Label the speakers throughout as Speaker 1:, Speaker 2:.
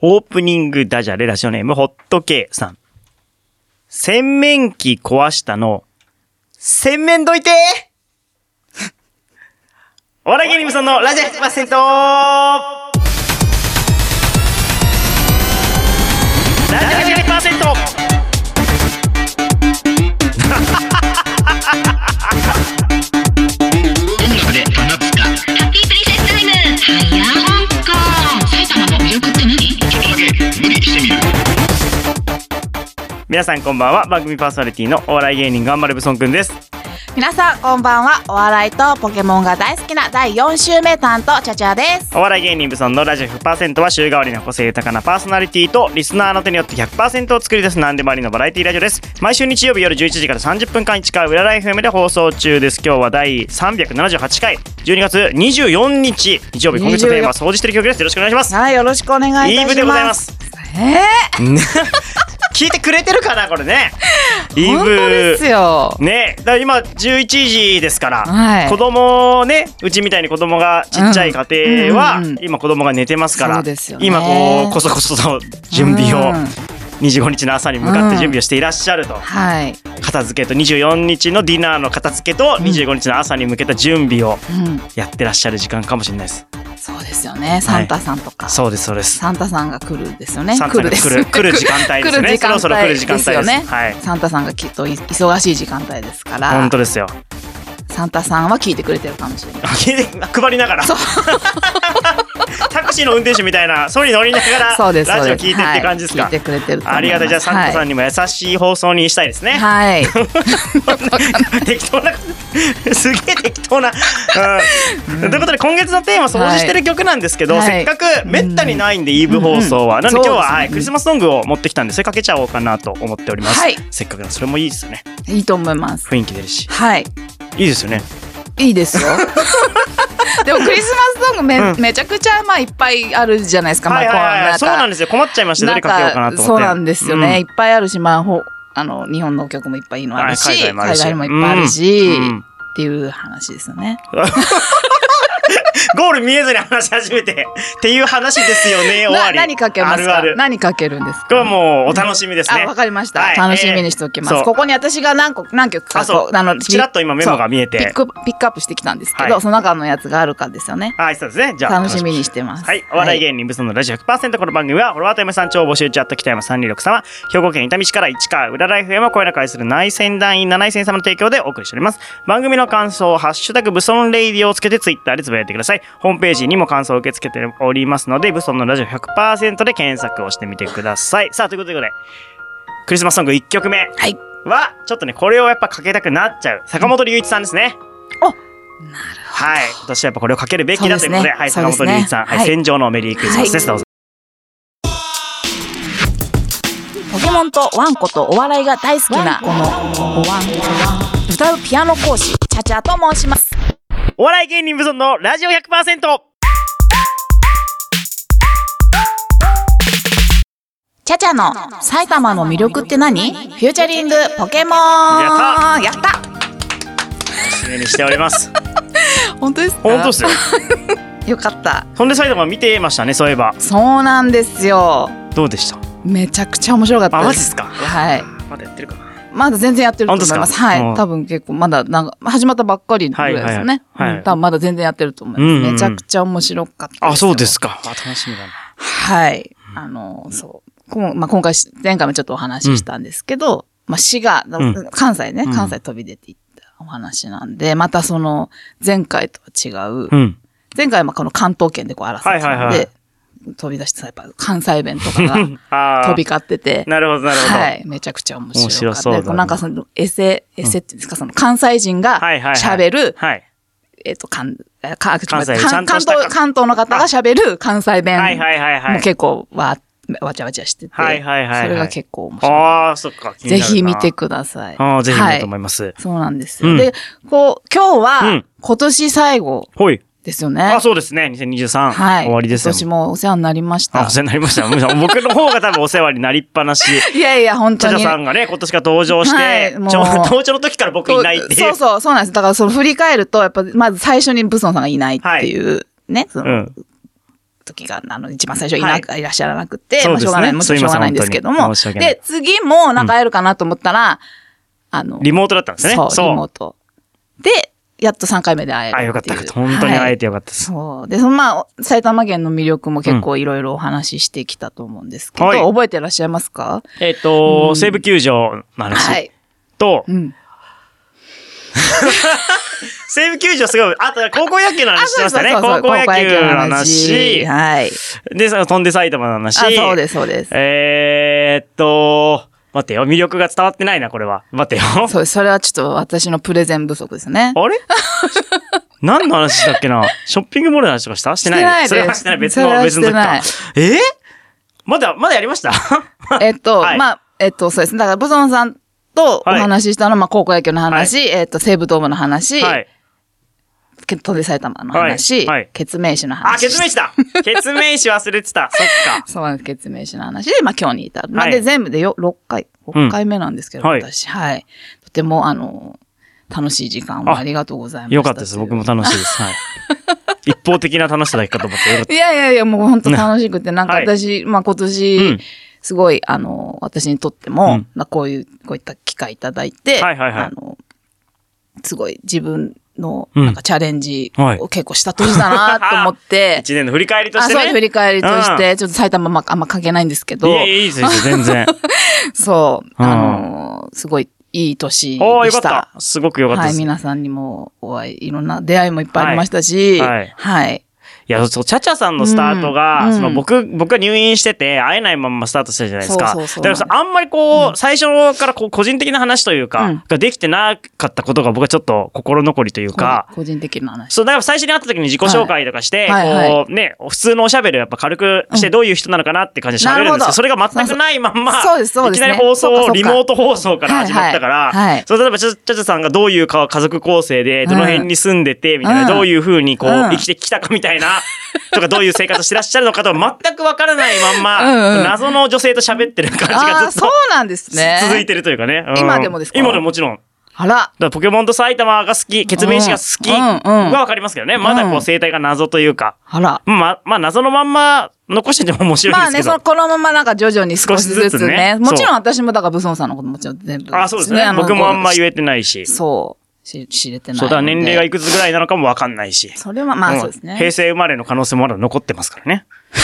Speaker 1: オープニングダジャレラジオネームホットケイさん。洗面器壊したの、洗面どいてー お笑い芸人無双のラジオ100%ラジオ100%
Speaker 2: 音楽でファナプスカ
Speaker 3: ハッピープリンセスタイムはや香港埼玉の魅力って何
Speaker 2: ちょっとだけ無理してみる
Speaker 1: 皆さんこんばんは。番組パーソナリティのお笑い芸人頑張れブソンくんです。
Speaker 4: 皆さんこんばんはお笑いとポケモンが大好きな第4週目担当チャチャです
Speaker 1: お笑い芸人ブソンのラジオ100%は週替わりの個性豊かなパーソナリティとリスナーの手によって100%を作り出す何でもありのバラエティラジオです毎週日曜日夜11時から30分間1回裏ライフ M で放送中です今日は第378回12月24日日曜日今月のテーマは掃除してる曲ですよろしくお願いします
Speaker 4: はいよろしくお願いい
Speaker 1: イ
Speaker 4: た
Speaker 1: ーブ
Speaker 4: します
Speaker 1: でございます
Speaker 4: え
Speaker 1: ね 聞いてくれてるかなこれねイ
Speaker 4: ー、
Speaker 1: ー
Speaker 4: 本当です
Speaker 1: ブ
Speaker 4: よ
Speaker 1: ねだから今11時ですから、
Speaker 4: はい
Speaker 1: 子供ねうちみたいに子供がちっちゃい家庭は、
Speaker 4: うんうんうん
Speaker 1: 今子供が寝てますから
Speaker 4: そうですよね
Speaker 1: 今こうこそこそと準備を、
Speaker 4: うん
Speaker 1: 25日の朝に向かって準備をしていらっしゃると、
Speaker 4: はい、
Speaker 1: 片付けと24日のディナーの片付けと25日の朝に向けた準備を
Speaker 4: うん、
Speaker 1: やってらっしゃる時間かもしれないです、
Speaker 4: そうですよねサンタさんとか、
Speaker 1: そうですそうです
Speaker 4: サンタさんが来るんですよね
Speaker 1: サンタが
Speaker 4: で
Speaker 1: 来
Speaker 4: す
Speaker 1: る来る時間帯です
Speaker 4: 来
Speaker 1: ね
Speaker 4: る時
Speaker 1: そ
Speaker 4: 間
Speaker 1: ろ
Speaker 4: 帯
Speaker 1: そろ来る時間帯です
Speaker 4: ですよね
Speaker 1: はい
Speaker 4: サンタさんがきっとい忙しい時間帯ですから
Speaker 1: 本当ですよ
Speaker 4: サンタさんは聞いてくれてるかもしれない
Speaker 1: 配りながら タクシーの運転手みたいなそれに乗りながら
Speaker 4: そう
Speaker 1: ラ
Speaker 4: です
Speaker 1: ジオ
Speaker 4: そう
Speaker 1: 聞
Speaker 4: で
Speaker 1: い
Speaker 4: す
Speaker 1: てって感じですか、
Speaker 4: はい、聞いてくれてると思います
Speaker 1: ありがたいじゃあサンタさんにも優しい放送にしたいですね、
Speaker 4: はい、は い、
Speaker 1: 適当な すげえ適当な、うんということで今月のテーマ掃除してる曲なんですけど、
Speaker 4: はい
Speaker 1: せっかくめったにないんで、イーブ放送は、
Speaker 4: うん
Speaker 1: なんで今日は、
Speaker 4: そうですね
Speaker 1: はいクリスマスソングを持ってきたんでそれかけちゃおうかなと思っております、
Speaker 4: はい
Speaker 1: せっかくのそれもいいですよね
Speaker 4: いいと思います
Speaker 1: 雰囲気出るし
Speaker 4: はい
Speaker 1: いいですよね
Speaker 4: いいです よ。でもクリスマスソングめ,、
Speaker 1: うん
Speaker 4: めちゃくちゃまあいっぱいあるじゃないですか。
Speaker 1: はい
Speaker 4: ま
Speaker 1: は
Speaker 4: あ
Speaker 1: いはいはいそうなん
Speaker 4: で
Speaker 1: ですよ困っちゃいましたどれかけようかなと思って
Speaker 4: そうなんですよね。
Speaker 1: う
Speaker 4: いっぱいあるしまあほあの日本の曲もいっぱいいいのあるし、
Speaker 1: はい海外もあるし
Speaker 4: 海外もいっぱいあるし、
Speaker 1: うんうん
Speaker 4: っていう話ですよね。
Speaker 1: ゴール見えずに話し始めて っていう話ですよね終わ
Speaker 4: な
Speaker 1: り
Speaker 4: 何かけますか。
Speaker 1: あるある
Speaker 4: 何かけるんですか。
Speaker 1: これはもうお楽しみですね
Speaker 4: あわかりました、
Speaker 1: はい
Speaker 4: 楽しみにしておきま
Speaker 1: え
Speaker 4: す、
Speaker 1: ーそう
Speaker 4: ここに私が何個何曲か
Speaker 1: あそう
Speaker 4: こうあの
Speaker 1: ちらっと今メモが見えて
Speaker 4: そうピックピックアップしてきたんですけど、
Speaker 1: はい
Speaker 4: その中のやつがあるかですよね。
Speaker 1: はい、そうですね。じゃあ、
Speaker 4: 楽しみにしてます
Speaker 1: はい、お笑い芸人ブスのラジオ100%この番組は、フォロワーと M さん超募集中あった北山326様、兵庫県伊丹市から市川裏ライフへも声の会する内戦団員7位戦様の提供でお送りしております。番組の感想をハッシュタグブソンレイディオをつけてツイッターでつぶやいてください。ホームページにも感想を受け付けておりますので、ブソンのラジオ100%で検索をしてみてください。さあ、ということで、クリスマスソング1曲目
Speaker 4: はい
Speaker 1: は、ちょっとね、これをやっぱかけたくなっちゃう。坂本龍一さんですね。
Speaker 4: なる
Speaker 1: はい、今年はやっぱこれをかけるべきだということで、
Speaker 4: そうですね
Speaker 1: はい、
Speaker 4: そう
Speaker 1: 坂
Speaker 4: です
Speaker 1: 本
Speaker 4: ね
Speaker 1: 龍一さん、はい、
Speaker 4: はい
Speaker 1: 戦場のメリークリスマスです。どうぞ。
Speaker 4: ポケモンとワンコとお笑いが大好きなこのおわんこわん歌うピアノ講師チャチャと申します。
Speaker 1: お笑い芸人無存のラジオ100%
Speaker 4: チャチャの埼玉の魅力って何？フューチャリングポケモン。
Speaker 1: や
Speaker 4: やった。
Speaker 1: 締めにしております。
Speaker 4: 本当ですか。
Speaker 1: 本当ですよ。
Speaker 4: よかった。
Speaker 1: そんで埼玉見てましたね、そういえば。
Speaker 4: そうなんですよ。
Speaker 1: どうでした
Speaker 4: めちゃくちゃ面白かった
Speaker 1: あ、
Speaker 4: です。
Speaker 1: マジですか
Speaker 4: はい。
Speaker 1: まだやってるかな
Speaker 4: まだ全然やってると思い
Speaker 1: 本当
Speaker 4: ま。
Speaker 1: ですすか
Speaker 4: は
Speaker 1: うん
Speaker 4: い。多分結構まだなんか始まったばっかりぐらいですよね。
Speaker 1: はいはいはい
Speaker 4: うん多分まだ全然やってると思い
Speaker 1: うんうんう
Speaker 4: ます。
Speaker 1: ん
Speaker 4: めちゃくちゃ面白かったよ
Speaker 1: あ、そうですか。あ、楽しみだな。
Speaker 4: はい。あの、そう。こんまあ、今回し、前回もちょっとお話ししたんですけど、まあ、滋賀、
Speaker 1: ん
Speaker 4: 関西ね
Speaker 1: うん、
Speaker 4: 関西飛び出ていったお話なんで、またその、前回とは違う、
Speaker 1: うん。
Speaker 4: 前回はまあこの関東圏でこう争ってたんで、
Speaker 1: はいはいはい
Speaker 4: 飛び出してたやっぱ関西弁とかが
Speaker 1: あ
Speaker 4: 飛
Speaker 1: あ
Speaker 4: び。交ってて、
Speaker 1: なるほど、なるほど。
Speaker 4: はい。めちゃくちゃ面白かった。
Speaker 1: 面白そうだな
Speaker 4: でこなんかその、エセ、エセっていうんですか、その関西人が
Speaker 1: はいはいはい
Speaker 4: 喋る、
Speaker 1: はい。
Speaker 4: えっと、関、えか
Speaker 1: 関西ちゃ
Speaker 4: 関
Speaker 1: んと
Speaker 4: 関
Speaker 1: した
Speaker 4: 東、関東の方が喋る関西弁。
Speaker 1: はいはいはいは
Speaker 4: もう
Speaker 1: い。
Speaker 4: 結構わわちゃわちゃしてて、
Speaker 1: はいはいはいはい
Speaker 4: それが結構面白
Speaker 1: ああ、そっか。気に
Speaker 4: い。
Speaker 1: な
Speaker 4: ぜ
Speaker 1: るな
Speaker 4: ひ見てください。
Speaker 1: ああ、ぜひ見
Speaker 4: は
Speaker 1: よう
Speaker 4: い
Speaker 1: と思います。
Speaker 4: そうなんですよ。
Speaker 1: うん
Speaker 4: で、こう、今日
Speaker 1: う
Speaker 4: は
Speaker 1: ん
Speaker 4: 今年最後
Speaker 1: ほい。
Speaker 4: ですよね。
Speaker 1: あ、そうですね。2023。
Speaker 4: はい。
Speaker 1: 終わりですよ
Speaker 4: 今。年もお世話になりまし
Speaker 1: あ
Speaker 4: た
Speaker 1: お。世話になりました。僕の方が多分お世話になりっぱ なし。
Speaker 4: いやいや、本
Speaker 1: チャ
Speaker 4: 当
Speaker 1: チャ
Speaker 4: に。
Speaker 1: さんがね、今年から登場して、
Speaker 4: はいもう
Speaker 1: ちょ登場の時から僕いないっていう。
Speaker 4: そうそう、そうなんです。だからその振り返ると、やっぱまず最初にブソンさんがいないっていう、ね、その、
Speaker 1: うん。
Speaker 4: 時が、あの、一番最初い
Speaker 1: は
Speaker 4: ないいらっしゃらなくて、
Speaker 1: そう
Speaker 4: ま
Speaker 1: です
Speaker 4: あ
Speaker 1: ね
Speaker 4: しょうがない、もちろんしょうがないんですけども
Speaker 1: すいません本当に申し訳ない
Speaker 4: で、次もなんか会えるかなと思ったら、あの、
Speaker 1: リモートだったんですね。
Speaker 4: そう、リモート。で、やっと3回目で会えるって
Speaker 1: あ、
Speaker 4: い
Speaker 1: よ
Speaker 4: う。
Speaker 1: かった。本当に会えてよかったです。
Speaker 4: そう。で、そのまあ、埼玉県の魅力も結構いろいろお話ししてきたと思うんですけど、
Speaker 1: はい
Speaker 4: 覚えてらっしゃいますか
Speaker 1: えっ、と、西武球場の話、
Speaker 4: はい。
Speaker 1: と、
Speaker 4: うん。
Speaker 1: 西武球場すごい、あと高校野球の話してましたね。
Speaker 4: そうそうそう
Speaker 1: 高校野球の話。
Speaker 4: はい。
Speaker 1: で、その飛んで埼玉の
Speaker 4: あ、
Speaker 1: 話。。
Speaker 4: そうですす、そうです。
Speaker 1: えー、っと、待ってよ。魅力が伝わってないな、これは。待ってよ。
Speaker 4: そうです。それはちょっと私のプレゼン不足ですね。
Speaker 1: あれ 何の話したっけなショッピングモールの話とかしたしてない
Speaker 4: してな
Speaker 1: それ
Speaker 4: いです
Speaker 1: はしてない。別
Speaker 4: それ
Speaker 1: の、
Speaker 4: は
Speaker 1: 別の時か
Speaker 4: し。
Speaker 1: えーまだ、まだやりました
Speaker 4: えっと、
Speaker 1: はい
Speaker 4: まあ、えっと、そうですね。だから、ボソンさんとお話ししたのは、まあ、高校野球の話、えっと、西武ドームの話、
Speaker 1: はい。
Speaker 4: け飛んで埼玉の話、
Speaker 1: はいはい
Speaker 4: 決名詞の話。
Speaker 1: あ、決明詞だ決明詞忘れてた。そっか。
Speaker 4: そうなんです。決名詞の話で、まあ今日に至る。まあ
Speaker 1: はい
Speaker 4: で、全部でよ6回、6回目なんですけど、
Speaker 1: はい
Speaker 4: 私、はい。とても、あの、楽しい時間をありがとうございました。
Speaker 1: よかったです。僕も。楽しいです。はい。一方的な楽しさだけかと思ってよかっ
Speaker 4: いやいやいや、もう本当楽しくて、なんか
Speaker 1: はい
Speaker 4: 私、まあ今年、
Speaker 1: うん
Speaker 4: すごい、あの、私にとって
Speaker 1: う
Speaker 4: も、
Speaker 1: ん
Speaker 4: まあこういう、こういった機会いただいて、
Speaker 1: はいはいはい
Speaker 4: あの、すごい自分の、
Speaker 1: うん
Speaker 4: なんかチャレンジ
Speaker 1: はい
Speaker 4: を結構した年だなと思って、
Speaker 1: た。 一年の振り返りとし
Speaker 4: あ、
Speaker 1: て
Speaker 4: そう、
Speaker 1: ね。
Speaker 4: 振り返りとして、
Speaker 1: う
Speaker 4: ちょっと埼玉、まあ、あんま関係ないんですけど、
Speaker 1: いやいや いいですよ、全然。
Speaker 4: そう、
Speaker 1: うん
Speaker 4: あのーすごいいい年でした。
Speaker 1: おー、よかった。すごくよかった
Speaker 4: は
Speaker 1: で
Speaker 4: い、
Speaker 1: す。い
Speaker 4: 皆さんにもお会い、いろんな出会いもいっぱいありましたし、
Speaker 1: は
Speaker 4: はいい。
Speaker 1: や、そう、チャチャさんのスタートが、
Speaker 4: うん
Speaker 1: その
Speaker 4: うん
Speaker 1: 僕、僕が入院してて、会えないまんまスタートしたじゃないですか。
Speaker 4: そうそうそう
Speaker 1: だからさあんまりこう、最初からこう、個人的な話というか、
Speaker 4: うん
Speaker 1: ができてなかったことが僕はちょっと心残りというか、
Speaker 4: 個人的な話。
Speaker 1: そう、だから最初に会った時に自己紹介とかして、
Speaker 4: はいはい
Speaker 1: こう、ね、普通のおしゃべりをやっぱ軽くして、どういう人なのかなって感じで喋るんですけど、
Speaker 4: なるほど
Speaker 1: それが全くないまんま、
Speaker 4: そうそうですそう
Speaker 1: い
Speaker 4: で
Speaker 1: き
Speaker 4: す
Speaker 1: な
Speaker 4: ね
Speaker 1: り放
Speaker 4: そうかそう
Speaker 1: 送、
Speaker 4: か
Speaker 1: リモート放送から始まったから、
Speaker 4: はいはいはい
Speaker 1: そう例えば、ちゃちゃちゃさんがどういうか家族構成で、どの辺に住んでて、みたいな、
Speaker 4: うん
Speaker 1: どういう風にこう、
Speaker 4: うん
Speaker 1: 生きてきたかみたいな、とか、どういう生活してらっしゃるのかとか、全くわからないまんま、
Speaker 4: うんうん
Speaker 1: 謎の女性と喋ってる感じ
Speaker 4: ああ
Speaker 1: が
Speaker 4: ー、
Speaker 1: ずっと
Speaker 4: そう、なんですね。
Speaker 1: 続いてるというかね。うん
Speaker 4: 今でもですか
Speaker 1: 今でももちろん。
Speaker 4: あら。
Speaker 1: だからポケモンと埼玉が好き、ケツメイシが好き
Speaker 4: うんうんうん
Speaker 1: はわかりますけどね。まだこう生態が謎というか、
Speaker 4: あら。
Speaker 1: まあ、まあ謎のまんま残してても面白い
Speaker 4: まあ
Speaker 1: んで
Speaker 4: ね、
Speaker 1: すけ
Speaker 4: そ
Speaker 1: ど。
Speaker 4: の、このままなんか徐々に少しず
Speaker 1: 少しず
Speaker 4: つ
Speaker 1: つ
Speaker 4: ね。
Speaker 1: ね
Speaker 4: もち
Speaker 1: そ
Speaker 4: ろ
Speaker 1: うん
Speaker 4: 私もだから、武尊さんのこともちろん全部、
Speaker 1: あ、そうですね。
Speaker 4: の
Speaker 1: 僕もあんま言
Speaker 4: こ
Speaker 1: えてないし。
Speaker 4: う
Speaker 1: そ
Speaker 4: そう。し知れてない。
Speaker 1: うだから年齢がい
Speaker 4: く。
Speaker 1: くつぐらいなのかもわかんないし。
Speaker 4: それはま
Speaker 1: う
Speaker 4: あ
Speaker 1: ん
Speaker 4: そうですね。
Speaker 1: 平成生まれの可能性もまだ残ってますからね。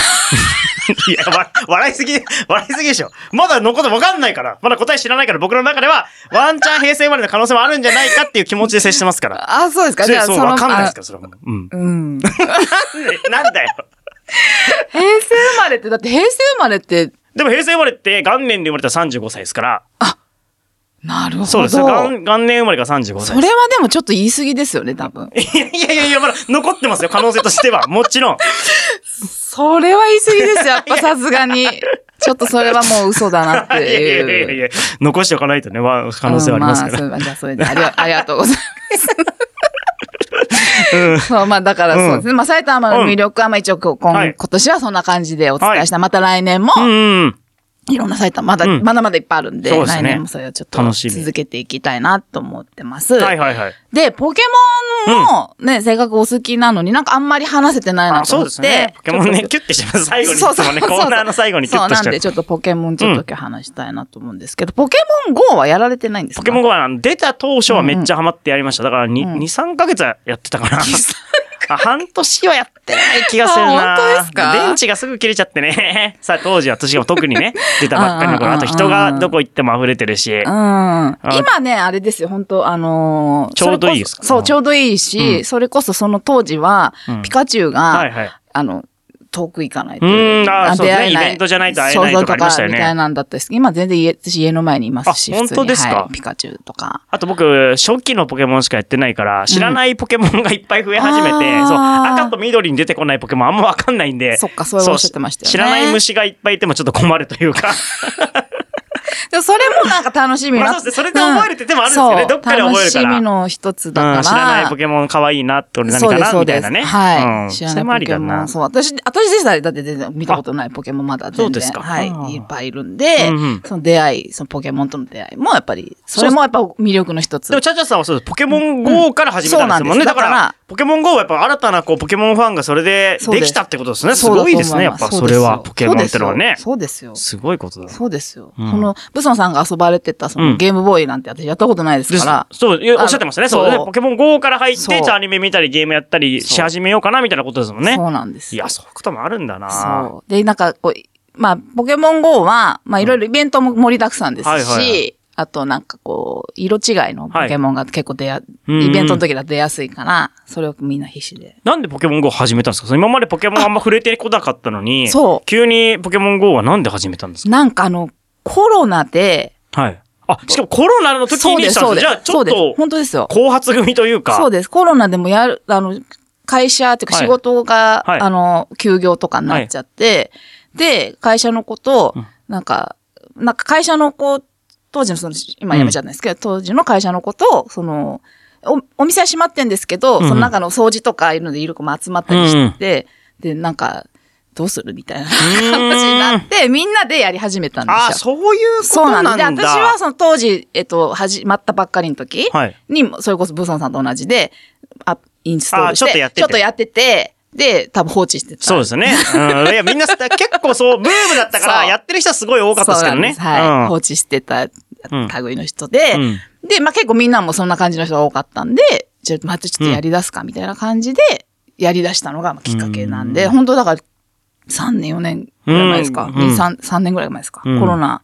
Speaker 1: いや、わ笑いすぎ、笑いすぎでしょ。まだ残ってわかんないから。まだ答え知らないから僕の中では、ワンチャン平成生まれの可能性もあるんじゃないかっていう気持ちで接してますから。
Speaker 4: あ、そうですか。
Speaker 1: そ
Speaker 4: じ
Speaker 1: れ
Speaker 4: ゃあ、
Speaker 1: そう、
Speaker 4: の
Speaker 1: わかんないですから、それはもう。うん。
Speaker 4: あうん。
Speaker 1: なんだよ。
Speaker 4: 平成生まれって、だって平成生まれって、
Speaker 1: でも平成生まれって元年で生まれたら35歳ですから。
Speaker 4: なるほど。
Speaker 1: そうです。元元年生まれが35
Speaker 4: そ
Speaker 1: 歳
Speaker 4: れは
Speaker 1: です。
Speaker 4: でもちょっと言い過ぎですよね、多分。
Speaker 1: いやいやいやいや、まだ残ってますよ、可能性としては。もちろん。
Speaker 4: それは 言い過ぎですよ、やっぱさすがに。ちょっとそれはもう嘘だなって
Speaker 1: いやいやいやいやい
Speaker 4: いう。
Speaker 1: や、残しておかないとね、わ可能性はありますから。
Speaker 4: うんまあ、そうじゃあそれであ りがありがとうございます。そう、まあだからそうですね。まあ埼玉の魅力はまあ一応こう今、
Speaker 1: はい
Speaker 4: 今年はそんな感じでお伝えした。また来年も、
Speaker 1: うんうん。
Speaker 4: いろんな埼玉、まだ、
Speaker 1: うん
Speaker 4: まだまだいっぱいあるんで、
Speaker 1: そうですね
Speaker 4: 来年もそれをちょっと
Speaker 1: 楽しみ
Speaker 4: 続けていきたいなと思ってます。
Speaker 1: はいはいはい。
Speaker 4: で、ポケモンもね、性格お好きなのになんかあんまり話せてないな
Speaker 1: あ、
Speaker 4: と
Speaker 1: そ
Speaker 4: 思
Speaker 1: う
Speaker 4: っ
Speaker 1: ですね
Speaker 4: て。。
Speaker 1: ポケモン
Speaker 4: ちょ
Speaker 1: ね
Speaker 4: っ、と
Speaker 1: キュッてしてます。最後にいつ
Speaker 4: そうそう
Speaker 1: も
Speaker 4: そ
Speaker 1: ね、
Speaker 4: う
Speaker 1: コーナーの最後にキュ
Speaker 4: そ
Speaker 1: ッ
Speaker 4: う
Speaker 1: とし
Speaker 4: な
Speaker 1: ち
Speaker 4: ん
Speaker 1: ゃう
Speaker 4: で。ちょっとポケモンちょっと今日話したいなと思うんですけど、ポケモン GO はやられてないんですか
Speaker 1: ポケモン GO はあの出た当初はめっちゃハマってやりました。だからに2、3ヶ月はやってた かな。あ半年はやってない気がするな。
Speaker 4: あ本当ですか
Speaker 1: 電池がすぐ切れちゃってね。 さあ、当時は、年が特にね、出たばっかりの頃。
Speaker 4: うん
Speaker 1: あ
Speaker 4: うんうん
Speaker 1: と人がどこ行っても溢れてるし。
Speaker 4: うん。今ね、あれですよ、本当あのー
Speaker 1: ちょうどいいです
Speaker 4: それこ
Speaker 1: か
Speaker 4: そそう、ちょうどいいし、
Speaker 1: うん
Speaker 4: それこそその当時は、
Speaker 1: うん
Speaker 4: ピカチュウが、
Speaker 1: はいはい。
Speaker 4: あの、遠く行かないと。
Speaker 1: うんあーそう
Speaker 4: 出会え
Speaker 1: ね
Speaker 4: ない
Speaker 1: イベントじゃないと会えない
Speaker 4: そうそう
Speaker 1: とかありましたよね
Speaker 4: みたいなんだったんですけど今全然家、私家の前にいますし、
Speaker 1: あ
Speaker 4: 普通に
Speaker 1: 本当ですか
Speaker 4: はいピカチュウとか。
Speaker 1: あと僕、初期のポケモンしかやってないから、知らないポケモンがいっぱい増え始めて、
Speaker 4: あー
Speaker 1: そう、赤と緑に出てこないポケモンあんまわかんないんで。
Speaker 4: そっかそうおっしゃってましたよ
Speaker 1: そう
Speaker 4: ね
Speaker 1: 知らない虫がいっぱいいてもちょっと困るという か。
Speaker 4: でもそれもなんか楽しみ
Speaker 1: まあ
Speaker 4: な。
Speaker 1: そうですねそれで覚える手でもあるんですよね
Speaker 4: そう
Speaker 1: どっかで覚えるから
Speaker 4: 楽しみの一つだから。
Speaker 1: うん知らないポケモン可愛いなって俺何かな
Speaker 4: そう
Speaker 1: みた
Speaker 4: で
Speaker 1: い
Speaker 4: す
Speaker 1: なね。
Speaker 4: はい。
Speaker 1: うん。
Speaker 4: 知
Speaker 1: そ
Speaker 4: ら
Speaker 1: れも
Speaker 4: な
Speaker 1: あ
Speaker 4: い
Speaker 1: り
Speaker 4: ポケ
Speaker 1: だ
Speaker 4: モ
Speaker 1: な
Speaker 4: ン。。そう、私、私でしたら、だって全然見たことないポケモンまだ全然。
Speaker 1: そうですか
Speaker 4: はい
Speaker 1: うん。
Speaker 4: いっぱいいるんで
Speaker 1: うんうん、
Speaker 4: その出会い、そのポケモンとの出会いもやっぱり、それもやっぱ魅力の一つ。
Speaker 1: でも、チャチャさんはそうです。ポケモン GO から始めたんですもんね。
Speaker 4: うんそうなんです
Speaker 1: だから
Speaker 4: だから、
Speaker 1: ポケモン GO はやっぱ新たなこうポケモンファンがそれで
Speaker 4: そう
Speaker 1: で
Speaker 4: です
Speaker 1: きたってことですね。すごいですね、やっぱそれは。ポケモンってのはね。
Speaker 4: そうですよ。
Speaker 1: すごいことだ。
Speaker 4: そうですよ。
Speaker 1: うん
Speaker 4: その、ブソンさんが遊ばれてた、そ
Speaker 1: う
Speaker 4: の、
Speaker 1: ん
Speaker 4: ゲームボーイなんて私やったことないです
Speaker 1: です
Speaker 4: から、
Speaker 1: そう、いやおっしゃってましたね。
Speaker 4: あ
Speaker 1: そ
Speaker 4: の
Speaker 1: う。で
Speaker 4: そう
Speaker 1: ポケモン GO から入って、
Speaker 4: そう
Speaker 1: じゃあアニメ見たりゲームやったりし始めようかなみたいなことですもんね。
Speaker 4: そうなんです
Speaker 1: い
Speaker 4: よ。
Speaker 1: や、そういうこともあるんだな。
Speaker 4: そう。で、なんか、こう、まあ、ポケモン GO は、まあ、いろいろイベントも盛りだくさんですし、
Speaker 1: はいはいは
Speaker 4: あと、なんかこう、色違いのポケモンが結構出や、
Speaker 1: うんうん
Speaker 4: イベントの時だと出やすいから、それをみんな必死で。
Speaker 1: なんでポケモン GO 始めたんですかその今までポケモンあんま触れてこなかったのに、
Speaker 4: そう
Speaker 1: 急にポケモン GO はなんで始めたんです
Speaker 4: なんかあの、コロナで、
Speaker 1: かはい。あ、しかもコロナの時
Speaker 4: そう
Speaker 1: に
Speaker 4: で
Speaker 1: し
Speaker 4: す、
Speaker 1: た
Speaker 4: そ
Speaker 1: ん
Speaker 4: う
Speaker 1: で
Speaker 4: です
Speaker 1: じゃあ
Speaker 4: す。
Speaker 1: ち
Speaker 4: そ
Speaker 1: ょ
Speaker 4: う
Speaker 1: っ
Speaker 4: です。
Speaker 1: と、
Speaker 4: 本当ですよ。
Speaker 1: 後発組というか。
Speaker 4: そうです。コロナでもやる、あの、会社っていうか
Speaker 1: はい
Speaker 4: 仕事が、
Speaker 1: はい
Speaker 4: あの、休業とかになっちゃって、で、会社の子と
Speaker 1: うん、
Speaker 4: なんか、なんか会社の子、当時のその、今辞めちゃったんですけど、当時の会社の子と、その、お、お店は閉まってんですけど、
Speaker 1: んうん
Speaker 4: その中の掃除とかいるので、いる子も集まったりして、で、なんか、どうするみたいな
Speaker 1: ーん
Speaker 4: 話になって、みんなでやり始めたんですよ。
Speaker 1: あー、そういうこ
Speaker 4: そう
Speaker 1: とな
Speaker 4: なんん
Speaker 1: だ。
Speaker 4: です。で、私はその当時、えっと、始まったばっかりの時
Speaker 1: はい
Speaker 4: に、それこそブーソンさんと同じで、あインストールして、
Speaker 1: あちょっとやってて
Speaker 4: ちょっとやってて、で、多分放置してた。
Speaker 1: そうですよね。うん、いや、みんな、結構そう、ブームだったから、
Speaker 4: そう
Speaker 1: やってる人はすごい多かったですけどね。
Speaker 4: そうなんですはい。
Speaker 1: うん
Speaker 4: 放置してた
Speaker 1: ん
Speaker 4: 類の人で、
Speaker 1: うん
Speaker 4: で、まあ結構みんなもそんな感じの人が多かったんで、ちょっとまたちょっとやり出すかみたいな感じで、やり出したのがまあきっかけなんで、本当だから、3年、4年ぐらい前ですか、
Speaker 1: うん
Speaker 4: 二三 3, 年ぐらい前ですか、
Speaker 1: うん
Speaker 4: コロナ。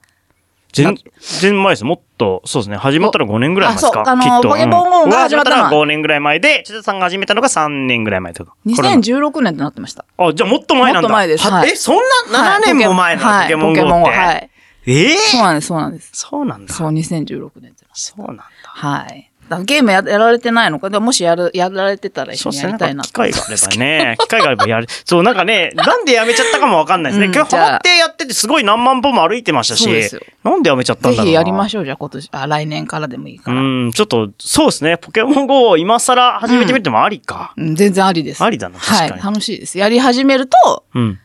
Speaker 1: 全然前です。もっと、そうですね。始まったの5年ぐらい前ですか。
Speaker 4: あそうあの
Speaker 1: きっと
Speaker 4: ポケモン GO が始まったのは
Speaker 1: うん僕が5年ぐらい前で、千田さんが始めたのが3年ぐらい前ってことコロナ
Speaker 4: 2016年ってなってました。
Speaker 1: あ、じゃあもっと前なんだ。
Speaker 4: もっと前です
Speaker 1: は
Speaker 4: はい
Speaker 1: え、そんな
Speaker 4: はい
Speaker 1: 7年も前なの、
Speaker 4: はい
Speaker 1: ポケモン GO
Speaker 4: ポケモン
Speaker 1: っ
Speaker 4: は
Speaker 1: て。
Speaker 4: はい。
Speaker 1: ええ
Speaker 4: そうなんです、そうなんです。
Speaker 1: そうなんだ。
Speaker 4: そう、2016年ってな。
Speaker 1: そうなんだ。
Speaker 4: はい。だからゲームややられてないのか、でももしやるやられてたら一
Speaker 1: そ
Speaker 4: 緒
Speaker 1: うで
Speaker 4: に
Speaker 1: す
Speaker 4: や
Speaker 1: ね。
Speaker 4: り
Speaker 1: な
Speaker 4: たい
Speaker 1: んか
Speaker 4: な
Speaker 1: 機会があればね。 機会があればやる。そう、なんかね、なんでやめちゃったかもわかんないですね。
Speaker 4: うん
Speaker 1: 今日
Speaker 4: じ
Speaker 1: ハ
Speaker 4: ゃあ
Speaker 1: マってやっててすごい何万歩も歩いてましたし
Speaker 4: そうですよ、
Speaker 1: なんでやめちゃったん
Speaker 4: ぜ
Speaker 1: だろうな。
Speaker 4: ひやりましょう、じゃあ今年、あ、来年からでもいいから。
Speaker 1: うん、ちょっと、そうですね。ポケモン GO を今更始めてみてもありか。
Speaker 4: うん、全然ありです。
Speaker 1: ありだな確かに
Speaker 4: はい、楽しいです。やり始めると、
Speaker 1: うん。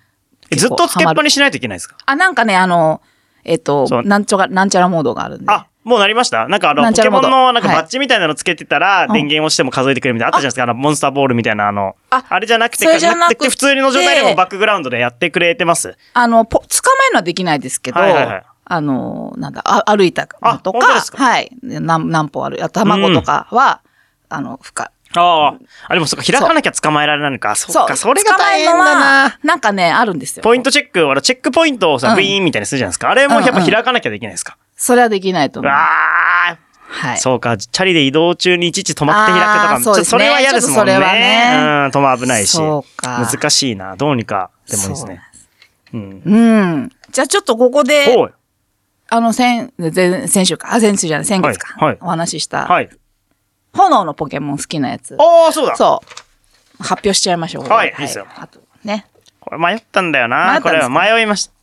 Speaker 1: えずっ
Speaker 4: 結構
Speaker 1: とつけっぱにしないといけないですか
Speaker 4: あ、なんかね、あの、えっと
Speaker 1: そう、
Speaker 4: なんちょが、なんちゃらモードがあるんで。
Speaker 1: あ、もうなりましたなんかあの、
Speaker 4: な
Speaker 1: ポ
Speaker 4: んちゃ
Speaker 1: ケ
Speaker 4: ら
Speaker 1: モ
Speaker 4: モ
Speaker 1: ン
Speaker 4: ード
Speaker 1: のなんか
Speaker 4: はい
Speaker 1: バッジみたいなのつけてたら、電源をしても数えてくれるみたいなあったじゃないですか。あの、モンスターボールみたいなあの、
Speaker 4: あ
Speaker 1: あれじゃなくて、
Speaker 4: それじゃなくて
Speaker 1: 普通の状態でもバックグラウンドでやってくれてます。
Speaker 4: あの、ぽ、捕まえるのはできないですけど、
Speaker 1: はいはいはい
Speaker 4: あの、なんだ、あ歩いたのと
Speaker 1: あ本当で
Speaker 4: か、
Speaker 1: すか
Speaker 4: はい、何、何歩歩い、あ卵とかは、あの、ふか、
Speaker 1: ああ。あ、でもそっか、開かなきゃ捕まえられないのか。そっか、それが大変
Speaker 4: 捕まえるの
Speaker 1: だな
Speaker 4: は。なんかね、あるんですよ。
Speaker 1: ポイントチェック、あのチェックポイントをさ、
Speaker 4: うん
Speaker 1: ブイーンみたいにするじゃないですか。あれもやっぱ
Speaker 4: うんうん
Speaker 1: 開かなきゃできないですか。
Speaker 4: それはできないと
Speaker 1: う
Speaker 4: 思う。
Speaker 1: わあ。
Speaker 4: はい。
Speaker 1: そうか、チャリで移動中にいちいち止まって開くとかも、
Speaker 4: あー
Speaker 1: ちょ
Speaker 4: そ
Speaker 1: っ
Speaker 4: う
Speaker 1: と
Speaker 4: です
Speaker 1: そ
Speaker 4: ね
Speaker 1: れは嫌ですもんね。
Speaker 4: ちょっとそれはね
Speaker 1: うん、とも危ないし。
Speaker 4: そうか
Speaker 1: 難しいな。どうにか、でもいいですね。うん。
Speaker 4: うん。じゃあちょっとここで、
Speaker 1: おい。
Speaker 4: あの、先、前、先週か、あ、先週じゃない、先月か。
Speaker 1: はいはい
Speaker 4: お話しした、
Speaker 1: はい。
Speaker 4: 炎のポケモン好きなやつ。
Speaker 1: ああ、そうだ。
Speaker 4: そう。発表しちゃいましょう。ここで
Speaker 1: はいいいっすよ
Speaker 4: あと、ね。
Speaker 1: これ迷ったんだよ
Speaker 4: 迷
Speaker 1: な。
Speaker 4: っ
Speaker 1: こ
Speaker 4: たんで
Speaker 1: れ
Speaker 4: す
Speaker 1: は
Speaker 4: か
Speaker 1: 迷いました。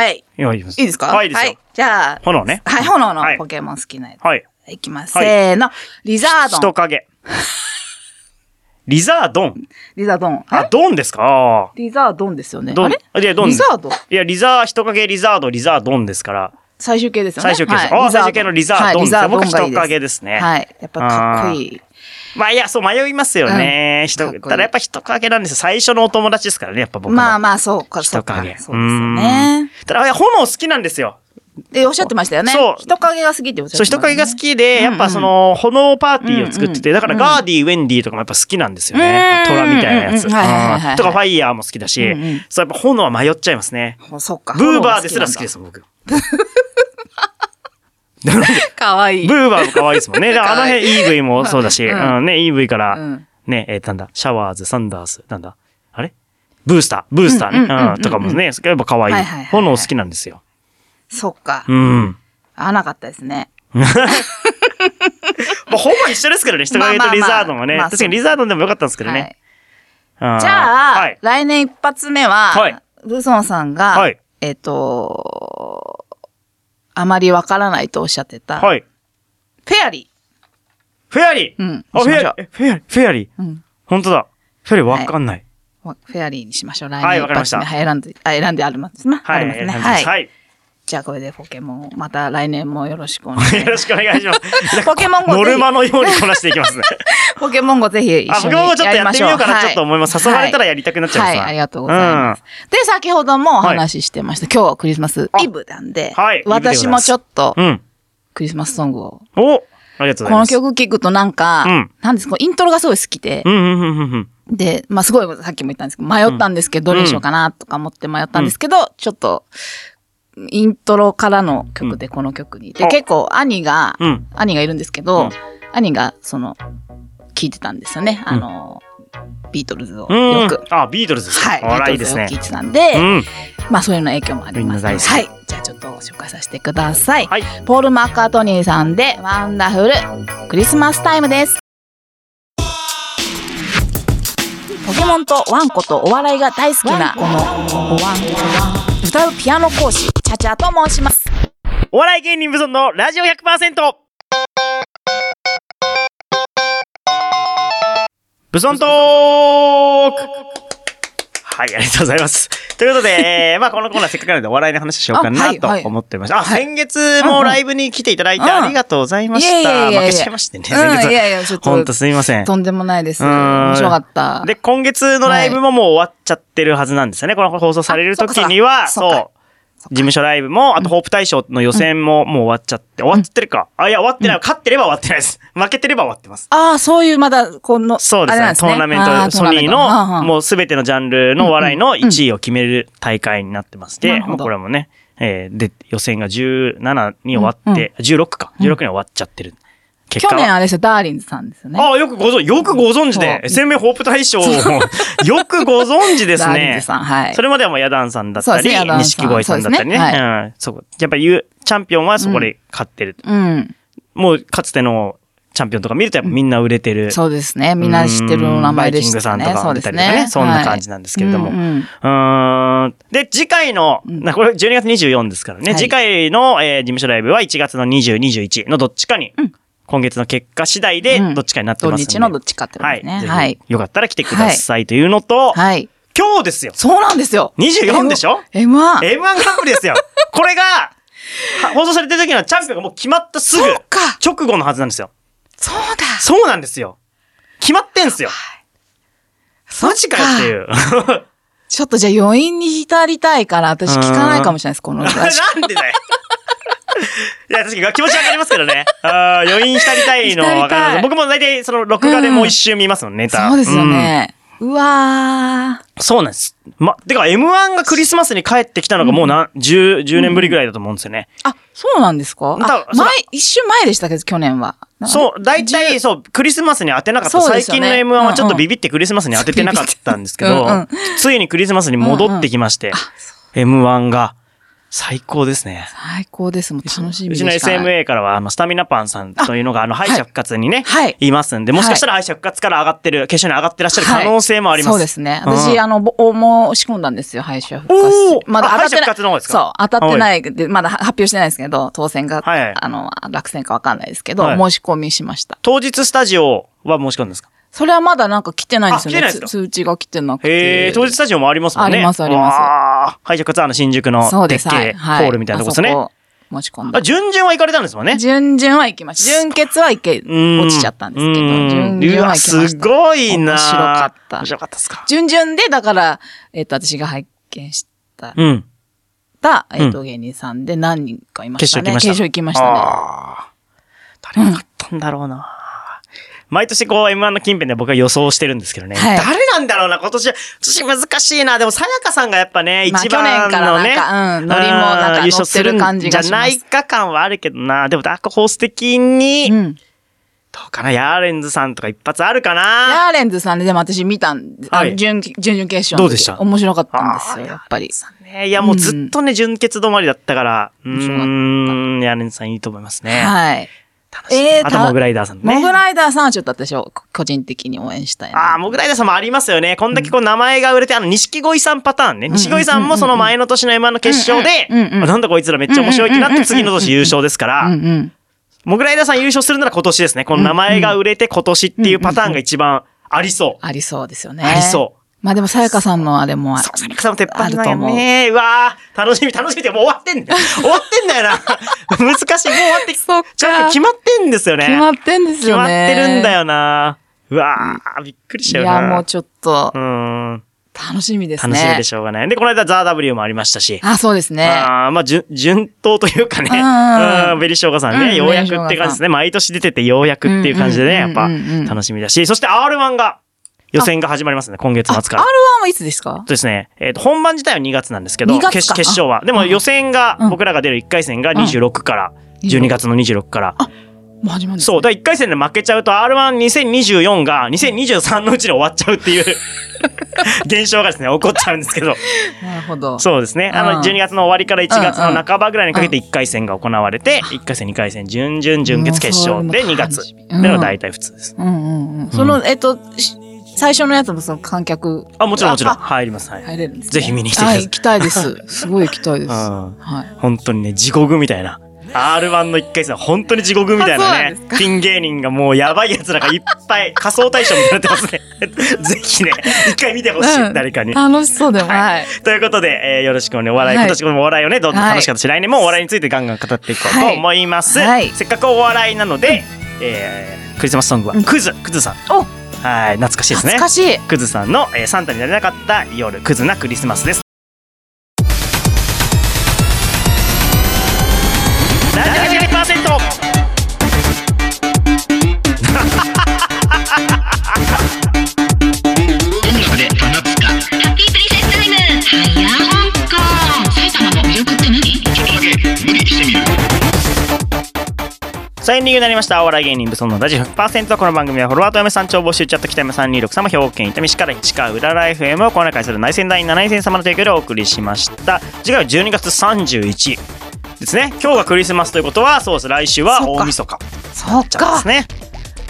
Speaker 4: はい。
Speaker 1: いや、いいです
Speaker 4: いいですか
Speaker 1: はい、いいですよ。
Speaker 4: じゃあ、
Speaker 1: 炎ね
Speaker 4: はい、炎の
Speaker 1: はい
Speaker 4: ポケモン好きなやつ。
Speaker 1: はい。
Speaker 4: い。きます。
Speaker 1: はい
Speaker 4: せーの。リザード
Speaker 1: 人
Speaker 4: ン。
Speaker 1: 影。リザードン。
Speaker 4: リザードン。
Speaker 1: あ、
Speaker 4: え
Speaker 1: ドンですかあ
Speaker 4: リザードンですよね。
Speaker 1: ード
Speaker 4: あ
Speaker 1: ン。
Speaker 4: れ
Speaker 1: いや、ドン。
Speaker 4: リザード
Speaker 1: いや、リザー、人影、リザード、リザードンですから。
Speaker 4: 最終形ですよね。
Speaker 1: 最終形です
Speaker 4: はい
Speaker 1: あー
Speaker 4: リザード
Speaker 1: 最
Speaker 4: ン
Speaker 1: 終形のリザードン
Speaker 4: はいリザードン
Speaker 1: 僕は
Speaker 4: がいい
Speaker 1: 人影ですね
Speaker 4: はい。やっぱかっこいい。
Speaker 1: まあ、いや、そう、迷いますよね。
Speaker 4: うん
Speaker 1: 人、
Speaker 4: かっこいい
Speaker 1: ただやっぱ人影なんですよ。最初のお友達ですからね、やっぱ僕の。
Speaker 4: まあまあ、そうか、そ
Speaker 1: 人
Speaker 4: うか。そう
Speaker 1: 影。
Speaker 4: ですよね。
Speaker 1: うん。ただ、炎好きなんですよ。
Speaker 4: で、おっしゃってましたよね。
Speaker 1: そう
Speaker 4: 人影が好きっておっしゃってました、
Speaker 1: そう、人
Speaker 4: ね。
Speaker 1: 影が好きで、
Speaker 4: うん
Speaker 1: やっぱその、炎パーティーを作ってて、
Speaker 4: う
Speaker 1: だ
Speaker 4: んう
Speaker 1: か
Speaker 4: ん
Speaker 1: らガーディー、ウェンディーとかもやっぱ好きなんですよね。
Speaker 4: うん
Speaker 1: 虎みたいなやつ。う
Speaker 4: うんはいはいはいはい
Speaker 1: んとか、ファイヤーも好きだし
Speaker 4: うんうん、
Speaker 1: そう、やっぱ炎は迷っちゃいますね。
Speaker 4: あ。そうか。。
Speaker 1: ブーバーですら好きですす、僕。
Speaker 4: かわいい。
Speaker 1: ブーバーも可愛いですもんね。だからあの
Speaker 4: 可 愛
Speaker 1: 辺 EV もそうだし、
Speaker 4: うん
Speaker 1: うんね、EV か
Speaker 4: う
Speaker 1: ら
Speaker 4: ん、
Speaker 1: ね、えーなんだ、シャワーズ、サンダース、なんだ、あれブースター、ブースターね、
Speaker 4: う
Speaker 1: うん
Speaker 4: うんうんうん
Speaker 1: ん、とかもね、やっぱ可愛い
Speaker 4: はいはいはいは。い
Speaker 1: 炎好きなんですよ。
Speaker 4: そっか
Speaker 1: う。ん。
Speaker 4: 合わなかったですね。
Speaker 1: まあ、ほぼ一緒ですけどね、人影とリザードンはね。
Speaker 4: まあまあまあまあ
Speaker 1: 確かにリザードンでもよかったんですけど
Speaker 4: は
Speaker 1: ね
Speaker 4: い。。
Speaker 1: うん
Speaker 4: じゃあ、
Speaker 1: はい。
Speaker 4: 来年一発目は、
Speaker 1: はい
Speaker 4: ブソンさんが、
Speaker 1: はい
Speaker 4: えっ、と、あまりわからないとおっしゃってた、
Speaker 1: はい。
Speaker 4: フェアリ
Speaker 1: フェアリー
Speaker 4: ー。うん。
Speaker 1: あ、
Speaker 4: し
Speaker 1: フ
Speaker 4: まし
Speaker 1: ェ
Speaker 4: ょう
Speaker 1: アリー、えフェアリー、フェアリー。
Speaker 4: うん。
Speaker 1: 本当だ。フェアリーわかんない。
Speaker 4: わフェアリーにしましょう。来
Speaker 1: はいわ
Speaker 4: 年一
Speaker 1: かりまし
Speaker 4: 発
Speaker 1: た
Speaker 4: 目。はい、選んで、あ選んでありますね。
Speaker 1: は
Speaker 4: あり
Speaker 1: い。
Speaker 4: ますね。
Speaker 1: はい
Speaker 4: はい。
Speaker 1: はい。
Speaker 4: じゃあ、これでポケモン、また来年もよろしくお願いします
Speaker 1: よろしくお願いします。
Speaker 4: ポケモン GO
Speaker 1: ノルマのようにこなしていきますね。
Speaker 4: ポケモン GO ぜ ひ一
Speaker 1: あ、
Speaker 4: 緒
Speaker 1: 僕
Speaker 4: に
Speaker 1: もちょっと
Speaker 4: やり
Speaker 1: や
Speaker 4: ま
Speaker 1: って
Speaker 4: しょ
Speaker 1: み
Speaker 4: う。
Speaker 1: ようかな、
Speaker 4: はい
Speaker 1: ちょっと思います。誘われたら
Speaker 4: はい
Speaker 1: やりたくなっちゃいま
Speaker 4: は
Speaker 1: す。
Speaker 4: い、ありがとうございます。で、先ほどもお話ししてました。今日はクリスマス
Speaker 1: あ
Speaker 4: イブなんで、
Speaker 1: はい
Speaker 4: 私もちょっと
Speaker 1: うん。うん。
Speaker 4: クリスマスソングを。
Speaker 1: おありがとうござ
Speaker 4: こ
Speaker 1: いま
Speaker 4: の
Speaker 1: す。
Speaker 4: 曲聴くとなんか、
Speaker 1: うん
Speaker 4: なんですか、イントロがすごい好きで、
Speaker 1: うんうんうんうんうん。
Speaker 4: で、まあすごい、さっきも言ったんですけど、迷ったんですけど、
Speaker 1: うん
Speaker 4: どれにしようかなとか思って迷ったんですけど、ちょっと、イントロからの曲でこの曲に。
Speaker 1: あ
Speaker 4: で、結構兄が、
Speaker 1: うん。
Speaker 4: 兄がいるんですけ
Speaker 1: う
Speaker 4: ど
Speaker 1: ん、
Speaker 4: 兄が、その、聴いてたんですよね。
Speaker 1: ん
Speaker 4: あの、ビートルズを
Speaker 1: うん。
Speaker 4: よく。
Speaker 1: あ、ビートルズですか。
Speaker 4: はい。ビ
Speaker 1: あ
Speaker 4: ー
Speaker 1: ら、
Speaker 4: ト
Speaker 1: いい
Speaker 4: ル
Speaker 1: で
Speaker 4: ズ
Speaker 1: す
Speaker 4: を
Speaker 1: ね
Speaker 4: 聴い。てたんで、
Speaker 1: うん。
Speaker 4: まあそういうの影響もあり
Speaker 1: みん
Speaker 4: ま
Speaker 1: な
Speaker 4: す。
Speaker 1: 大
Speaker 4: はい
Speaker 1: 好き。
Speaker 4: じゃあちょっとご紹介させてください。
Speaker 1: はい。
Speaker 4: ポール・マッカートニーさんで、ワンダフル、クリスマスタイムです。
Speaker 5: ポケモンとワンコとお笑いが大好きなこのおわんこわん歌うピアノ講師チャチャと申します
Speaker 1: お笑い芸人無尊のラジオ 100%! 無尊トークはい、ありがとうございます。ということ で、まあこのコーナーせっかくなのでお笑いの話しようか
Speaker 4: あ
Speaker 1: な
Speaker 4: はい
Speaker 1: と
Speaker 4: はい
Speaker 1: 思ってました。あ、
Speaker 4: はい
Speaker 1: 先月もライブに来ていただいて
Speaker 4: うん
Speaker 1: ありがとうございまし
Speaker 4: い
Speaker 1: た。
Speaker 4: えいえいえいえ
Speaker 1: 負けちゃいましてね、
Speaker 4: うん、
Speaker 1: 先
Speaker 4: い
Speaker 1: 月。
Speaker 4: やいや、ちょっ
Speaker 1: ほん
Speaker 4: と
Speaker 1: と、すいません。
Speaker 4: とんでもないです。
Speaker 1: うーん
Speaker 4: 面白かった。
Speaker 1: で、今月のライブももう終わっちゃってるはずなんですよね。この放送される時には、
Speaker 4: あ
Speaker 1: そ
Speaker 4: そうっかそっかそっか
Speaker 1: 事務所ライブも、あとホープ大賞の予選ももう終わっちゃって、終わっちゃってるか。あ、いや、終わってない。勝ってれば終わってないです。負けてれば終わってます。
Speaker 4: ああ、そういうまだ、この、
Speaker 1: そうです
Speaker 4: あれな
Speaker 1: ね
Speaker 4: ん。
Speaker 1: トーナメン
Speaker 4: あ
Speaker 1: ト、
Speaker 4: ー
Speaker 1: ソニー
Speaker 4: トナメントは
Speaker 1: の、
Speaker 4: あはあ
Speaker 1: もうすべてのジャンルのお笑いの1位を決める大会になってまし
Speaker 4: な
Speaker 1: て、
Speaker 4: るほど
Speaker 1: もうこれもね、えーで、予選が17に終わって、16か。16に終わっちゃってる。結
Speaker 4: 去
Speaker 1: 果は
Speaker 4: 年あれですよ、ダーリンズさんですよね。
Speaker 1: ああ、よくご存、よくご存知で、
Speaker 4: そ
Speaker 1: SMA ホープ大賞を、 よくご存知です
Speaker 4: ダーリン
Speaker 1: ね
Speaker 4: ズ。さん、はい。
Speaker 1: それまではもうヤダンさんだった
Speaker 4: そう
Speaker 1: り、
Speaker 4: ですねヤダンさん
Speaker 1: 錦鯉さんだったりね。
Speaker 4: そうですね
Speaker 1: うん。そう。やっぱり言う、チャンピオンはそこで勝ってる。
Speaker 4: うん。
Speaker 1: もう、かつてのチャンピオンとか見るとやっぱみんな売れてる。
Speaker 4: そうですね。みんな知ってるお名前でしたね。
Speaker 1: うんバイキングさんとか
Speaker 4: そう
Speaker 1: 出
Speaker 4: で
Speaker 1: た
Speaker 4: す
Speaker 1: りとかね
Speaker 4: ね。
Speaker 1: そんな感じなんですけれども
Speaker 4: はいうんうん
Speaker 1: うーん。で、次回の、なこれ12月24ですからね、
Speaker 4: はい
Speaker 1: 次回の、えー事務所ライブは1月の20、21のどっちかに、今月の結果次第で
Speaker 4: うん
Speaker 1: どっちかになって
Speaker 4: 土
Speaker 1: ますんで。
Speaker 4: 日のどっちかってこと
Speaker 1: は
Speaker 4: で
Speaker 1: い。
Speaker 4: すね。
Speaker 1: ぜひ
Speaker 4: はい。
Speaker 1: よかったら来てくださいというのと、
Speaker 4: はい。
Speaker 1: 今日ですよ
Speaker 4: そうなんですよ。
Speaker 1: !24 でしょ M1
Speaker 4: ?M1。
Speaker 1: グランプリ ですよこれが、は放送されてる時にはチャンピオンがもう決まったすぐ
Speaker 4: そう、か。
Speaker 1: 直後のはずなんですよ。
Speaker 4: そうだ。
Speaker 1: そうなんですよ決まってんすよマジかよっていう。
Speaker 4: ちょっとじゃあ余韻に浸りたいから、私聞かないかもしれないです、この歌。
Speaker 1: なんでだよいや、確かに気持ちわかりますけどね。あー余韻浸りたいのはわかります。
Speaker 4: 浸りたい
Speaker 1: 僕も大体その録画でもう一周見ますもんね、ネタ。
Speaker 4: そうですよね。うわー。
Speaker 1: うん。そうなんです。ま、てか M1 がクリスマスに帰ってきたのがもうな、10、10年ぶりぐらいだと思うんですよね。
Speaker 4: あ、そうなんですか
Speaker 1: 多分
Speaker 4: あ
Speaker 1: それ
Speaker 4: 前、一週前でしたけど、去年は。
Speaker 1: そう、大体、そう、クリスマスに当てなかった。
Speaker 4: そう
Speaker 1: 最
Speaker 4: ですよ
Speaker 1: 近
Speaker 4: ね
Speaker 1: の M1 はちょっ
Speaker 4: うん
Speaker 1: と
Speaker 4: うん
Speaker 1: ビビってクリスマスに当ててなかったんですけど、
Speaker 4: うんうん
Speaker 1: ついにクリスマスに戻ってきまして、M1 が最高ですね。
Speaker 4: 最高です。もう楽しみ
Speaker 1: う
Speaker 4: で
Speaker 1: ち
Speaker 4: し
Speaker 1: の
Speaker 4: かない
Speaker 1: SMA からは、あの、スタミナパンさんというのが、あの、敗者復活にね、
Speaker 4: はい
Speaker 1: い、ますんで、もしかしたら敗者復活から上がってる、決勝に上がってらっしゃる可能性もあります。
Speaker 4: はいそうですね。
Speaker 1: う
Speaker 4: 私、
Speaker 1: ん
Speaker 4: あの、ぼもう仕込んだんですよ、敗者復活
Speaker 1: おー。
Speaker 4: まだ
Speaker 1: あ
Speaker 4: 当た
Speaker 1: 敗
Speaker 4: って
Speaker 1: 者復活の
Speaker 4: な
Speaker 1: 方で
Speaker 4: い。
Speaker 1: すか
Speaker 4: そう、当たってないで、まだ発表してないですけど、当選が、
Speaker 1: はい
Speaker 4: あの、落選かわかんないですけど、
Speaker 1: はい
Speaker 4: 申し込みしました。
Speaker 1: 当日スタジオは申し込んだんですか
Speaker 4: それはまだなんか来てないんですよ
Speaker 1: あ来てな
Speaker 4: ね。
Speaker 1: いですか
Speaker 4: つ通知が来てなく
Speaker 1: へ
Speaker 4: て
Speaker 1: え、。当日スタジオもありますもんね。
Speaker 4: ありますあります
Speaker 1: す。敗者復活はあの、新宿の
Speaker 4: そう
Speaker 1: で
Speaker 4: で
Speaker 1: っ
Speaker 4: す。
Speaker 1: けえホールみたいなとこですね。
Speaker 4: あそこ申し込ん
Speaker 1: あ、
Speaker 4: だ。
Speaker 1: 順々は行かれたんですもんね。
Speaker 4: 準々は行きました。準決は行け、
Speaker 1: うん
Speaker 4: 落ちちゃったんですけど、
Speaker 1: うん
Speaker 4: 準々は行きました。
Speaker 1: うわすごいな
Speaker 4: 面白かった
Speaker 1: 面白かったですか。
Speaker 4: 準々で、だから、えっ、と、私が拝見した、
Speaker 1: うん。
Speaker 4: った、えっ、と、芸人さんで何人かいましたね。
Speaker 1: 決勝行
Speaker 4: 行
Speaker 1: き
Speaker 4: き
Speaker 1: ま
Speaker 4: ま
Speaker 1: し
Speaker 4: した
Speaker 1: あ
Speaker 4: た
Speaker 1: ー誰が勝ったんだろうな。毎年こう M1 の近辺で僕は予想してるんですけどね。
Speaker 4: はい
Speaker 1: 誰なんだろうな今年、今年難しいな。でも、さやかさんがやっぱね、
Speaker 4: まあ
Speaker 1: 一番のね、
Speaker 4: 去年からなんかうんノリもなんか
Speaker 1: あー優勝
Speaker 4: 乗ってる
Speaker 1: すん
Speaker 4: 感じがします
Speaker 1: じゃないか感はあるけどな。でも、ダークホース的に、
Speaker 4: ね。うん。
Speaker 1: どうかな、ヤーレンズさんとか一発あるかな。
Speaker 4: ヤーレンズさんで、でも私見たんで、あ
Speaker 1: はい
Speaker 4: 準、準々決勝の時。
Speaker 1: どうでした
Speaker 4: 面白かったんですよ、やっぱり。
Speaker 1: ねいや、もうずっとね、純潔止まりだったから、う
Speaker 4: 面白かった
Speaker 1: ーん、ヤーレンズさんいいと思いますね。
Speaker 4: はい。
Speaker 1: 楽しみ
Speaker 4: えー
Speaker 1: あと、
Speaker 4: た
Speaker 1: モグライダーさんね。
Speaker 4: モグライダーさんはちょっと私を個人的に応援したいな。
Speaker 1: ああ、モグライダーさんもありますよね。こんだけこう名前が売れて、あの、錦鯉さんパターンね。錦鯉さんもその前の年の M1 の決勝で、
Speaker 4: うんうんうんうん
Speaker 1: あなんだこいつらめっちゃ面白いってなって次の年優勝ですか
Speaker 4: うん
Speaker 1: ら、
Speaker 4: うん。
Speaker 1: モグライダーさん優勝するなら今年ですね。この名前が売れて今年っていうパターンが一番ありそう。
Speaker 4: ありそうですよね。
Speaker 1: ありそう。
Speaker 4: まあでも、さやかさんのあれもあ
Speaker 1: そう、サニックさんも鉄板だよ
Speaker 4: あると思う
Speaker 1: ね。うわー楽しみ、 楽しみって、もう終わってん だよ。終わってんだよな。難しい、もう終わってき
Speaker 4: そっか
Speaker 1: ちゃんと決まってんですよね。
Speaker 4: 決まってんです
Speaker 1: 決
Speaker 4: よね。
Speaker 1: まってるんだ。よな。うわー、びっくりし
Speaker 4: い
Speaker 1: たよな。
Speaker 4: や、もうちょっと
Speaker 1: う、ーん。
Speaker 4: 楽しみですね。
Speaker 1: 楽しみでしょうがない。で、この間、ザ・ー W もありましたし。
Speaker 4: あ、そうですね。
Speaker 1: あーまあ、順、順当というかね。
Speaker 4: うんうんうん
Speaker 1: うん、ベリショーガさん
Speaker 4: うん
Speaker 1: ね、ようやくって感じですね。毎年出ててようやくっていう感じでね、
Speaker 4: う
Speaker 1: や
Speaker 4: ん
Speaker 1: っ
Speaker 4: うんうん
Speaker 1: ぱ
Speaker 4: うんうん
Speaker 1: 楽しみだし、そして R1 が予選が始まりますね、今月
Speaker 4: あ
Speaker 1: 末
Speaker 4: R1
Speaker 1: から。
Speaker 4: はいつですか
Speaker 1: そうですね、えーと、本番自体は2月なんですけど、
Speaker 4: 2月か
Speaker 1: 決決勝は。でも予選が、
Speaker 4: うん
Speaker 1: 僕らが出る1回戦が26から、
Speaker 4: うん
Speaker 1: 12月の26から。
Speaker 4: もう始まるんです
Speaker 1: そう、だから1回戦で負けちゃうと R12024 が2023のうちに終わっちゃうっていう 現象がですね、起こっちゃうんですけど。
Speaker 4: なるほど。
Speaker 1: そうですね。あ
Speaker 4: うん
Speaker 1: の、12月の終わりから1月
Speaker 4: うんう
Speaker 1: の
Speaker 4: ん
Speaker 1: 半ばぐらいにかけて1回戦が行われて、1回戦、2回戦、準々、準決、決勝で
Speaker 4: も
Speaker 1: 2
Speaker 4: う
Speaker 1: 月
Speaker 4: それも楽しみ
Speaker 1: での大体普通です。
Speaker 4: うんうんうん。その、えっと、し最初のやつもその観客。
Speaker 1: あ、もちろんもちろん。
Speaker 4: あ
Speaker 1: 入ります。はい。
Speaker 4: 入れるんですね
Speaker 1: ぜひ見に来てください
Speaker 4: はい、行きた いです。すごい行きたいです。
Speaker 1: う
Speaker 4: は
Speaker 1: ん。
Speaker 4: い。
Speaker 1: 本当にね、地獄みたいな。R1 の1回戦は本当に地獄みたい
Speaker 4: あそうな
Speaker 1: なん
Speaker 4: で
Speaker 1: ね
Speaker 4: す。
Speaker 1: ピン芸人がもうやばい奴らがいっぱい仮想大賞みたいになってますね。 ぜひね、一回見てほしい、
Speaker 4: うん
Speaker 1: 誰かに。
Speaker 4: 楽しそうでも、はい。
Speaker 1: ということで、えーよろしくお願い。お笑い、
Speaker 4: はい
Speaker 1: 今年もお笑いをね、どんどん楽しかったし、来年もお笑いについてガンガン語っていこうと思います。
Speaker 4: はいはい
Speaker 1: せっかくお笑いなので、えークリスマスソングは、クズ、クズさん。
Speaker 4: お
Speaker 1: はい、懐かしいですね
Speaker 4: 懐。かしい。
Speaker 1: クズさんの、えーサンタになれなかった夜、クズなクリスマスです。72%
Speaker 2: 音楽でパナプスカ
Speaker 3: ハッピープリンセスタイムハイヤー香港埼玉の魅力って何
Speaker 2: ちょっとだけ無理してみる
Speaker 1: さあエンディングになりました。お笑い芸人武装のラジオ100%。この番組はフォロワーと嫁さん超募集チャット北山326様、兵庫県伊丹市から市川浦ラ FM をコーナー会する内戦第7戦様の提供でお送りしました。次回は12月31ですね。今日がクリスマスということは、そうです。来週は大晦日
Speaker 4: そっ
Speaker 1: ちゃんで
Speaker 4: か
Speaker 1: す。ね。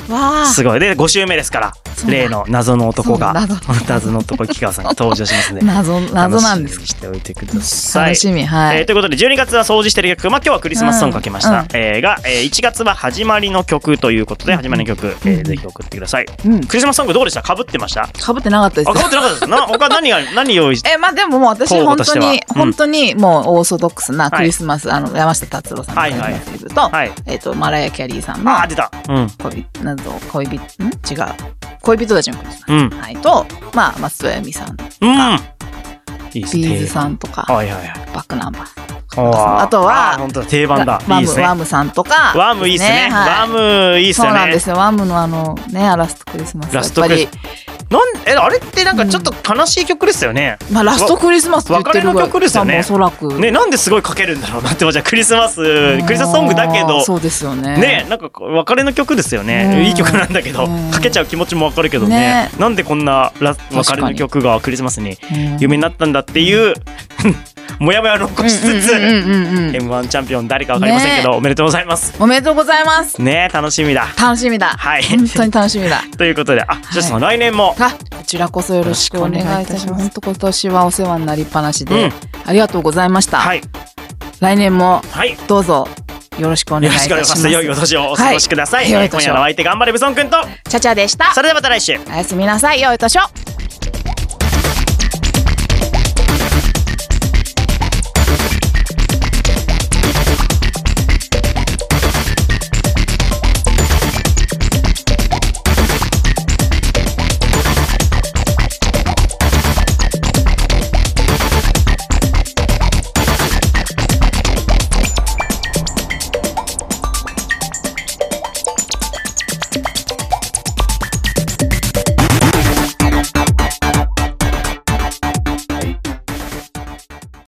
Speaker 4: わあ。
Speaker 1: すごい。で、5週目ですから、
Speaker 4: そうだ
Speaker 1: 例の謎の男が、
Speaker 4: そうだ
Speaker 1: 謎の男、木川さんが登場しますね。
Speaker 4: 謎、 謎なんで
Speaker 1: 楽しみ
Speaker 4: すけ
Speaker 1: にしておいてくだ
Speaker 4: ど。
Speaker 1: さい。
Speaker 4: 楽しみ、は
Speaker 1: えー
Speaker 4: い。
Speaker 1: ということで12月は掃除してる曲、まあ、今日はクリスマスソング
Speaker 4: うん
Speaker 1: かけました、
Speaker 4: うん
Speaker 1: えーが、えー1月は始まりの曲ということで始まりの曲、えーぜひ送ってください、
Speaker 4: うん。
Speaker 1: クリスマスソングどうでしたかぶってましたあ
Speaker 4: かぶってなかったで
Speaker 1: か
Speaker 4: す
Speaker 1: ぶ。ってなかったですな 他何が何用意して
Speaker 4: え、まあでももう私
Speaker 1: 候補
Speaker 4: 本
Speaker 1: とし
Speaker 4: 当
Speaker 1: ては
Speaker 4: に、
Speaker 1: うん
Speaker 4: 本当にもうオーソドックスな
Speaker 1: はい
Speaker 4: クリスマス、あの、山下達郎さんのクリスマスと、
Speaker 1: はい
Speaker 4: えっと、マライア・キャリーさんの
Speaker 1: あー出たう
Speaker 4: 恋人、など、恋人、ん違う。恋人たちのクリスマ
Speaker 1: んうん
Speaker 4: ス。はい。と、まあ、松任谷由実さん、
Speaker 1: うんいいですね
Speaker 4: ビーズさんとか、
Speaker 1: はいはいはい
Speaker 4: バックナンバー。
Speaker 1: ー
Speaker 4: あとは
Speaker 1: あー本当だ定番だい
Speaker 4: ワ
Speaker 1: いで
Speaker 4: ム、
Speaker 1: すね
Speaker 4: ワムさんとか。
Speaker 1: ワームいいですね
Speaker 4: はい
Speaker 1: ワームいいです
Speaker 4: そう
Speaker 1: よ
Speaker 4: なんで
Speaker 1: ね
Speaker 4: すよ。ワムのあの、ね、ラストクリスマス。
Speaker 1: ラストクリス
Speaker 4: やっぱ
Speaker 1: なんえあれってなんかちょっと悲しい曲ですよね、
Speaker 4: りまあ、ラストクリスマスって言ってるぐ
Speaker 1: 別れの
Speaker 4: らい
Speaker 1: 曲ですよね
Speaker 4: まあおそらく。
Speaker 1: ねなんですごい書けるんだろうなって 思っちゃうクリスマス
Speaker 4: うん
Speaker 1: クリスマスソングだけど
Speaker 4: そうですよね。
Speaker 1: ねなんかこう別れの曲ですよね、
Speaker 4: うん
Speaker 1: いい曲なんだけど、
Speaker 4: うん
Speaker 1: かけちゃう気持ちもわかるけどね
Speaker 4: ね
Speaker 1: なんでこんなラ別れの曲がクリスマスに夢になったんだっていう、 もやもやを残しつつ、
Speaker 4: うんうんうんうんうん
Speaker 1: m 1チャンピオン誰かわかりませんけど、おめでとうございます
Speaker 4: おめでとうございます。
Speaker 1: ね楽しみだ
Speaker 4: 楽しみだ。
Speaker 1: はい
Speaker 4: 本当に楽しみだ。
Speaker 1: ということであじゃあその来年も、
Speaker 4: あ、こちらこそよろしくお願いいたします。本当今年はお世話になりっぱなしで、
Speaker 1: うん
Speaker 4: ありがとうございました。
Speaker 1: はい
Speaker 4: 来年も
Speaker 1: はい
Speaker 4: どうぞよろしくお願い
Speaker 1: よ
Speaker 4: い
Speaker 1: ろ
Speaker 4: た
Speaker 1: し
Speaker 4: し
Speaker 1: くお願い
Speaker 4: ま。
Speaker 1: しますす。良いお年をお過ごしください。
Speaker 4: はい
Speaker 1: えー今夜のお相手頑張れブソン君と、
Speaker 4: チャチャでした
Speaker 1: そ。れではまた来週。
Speaker 4: おやすみなさい。良いお年を。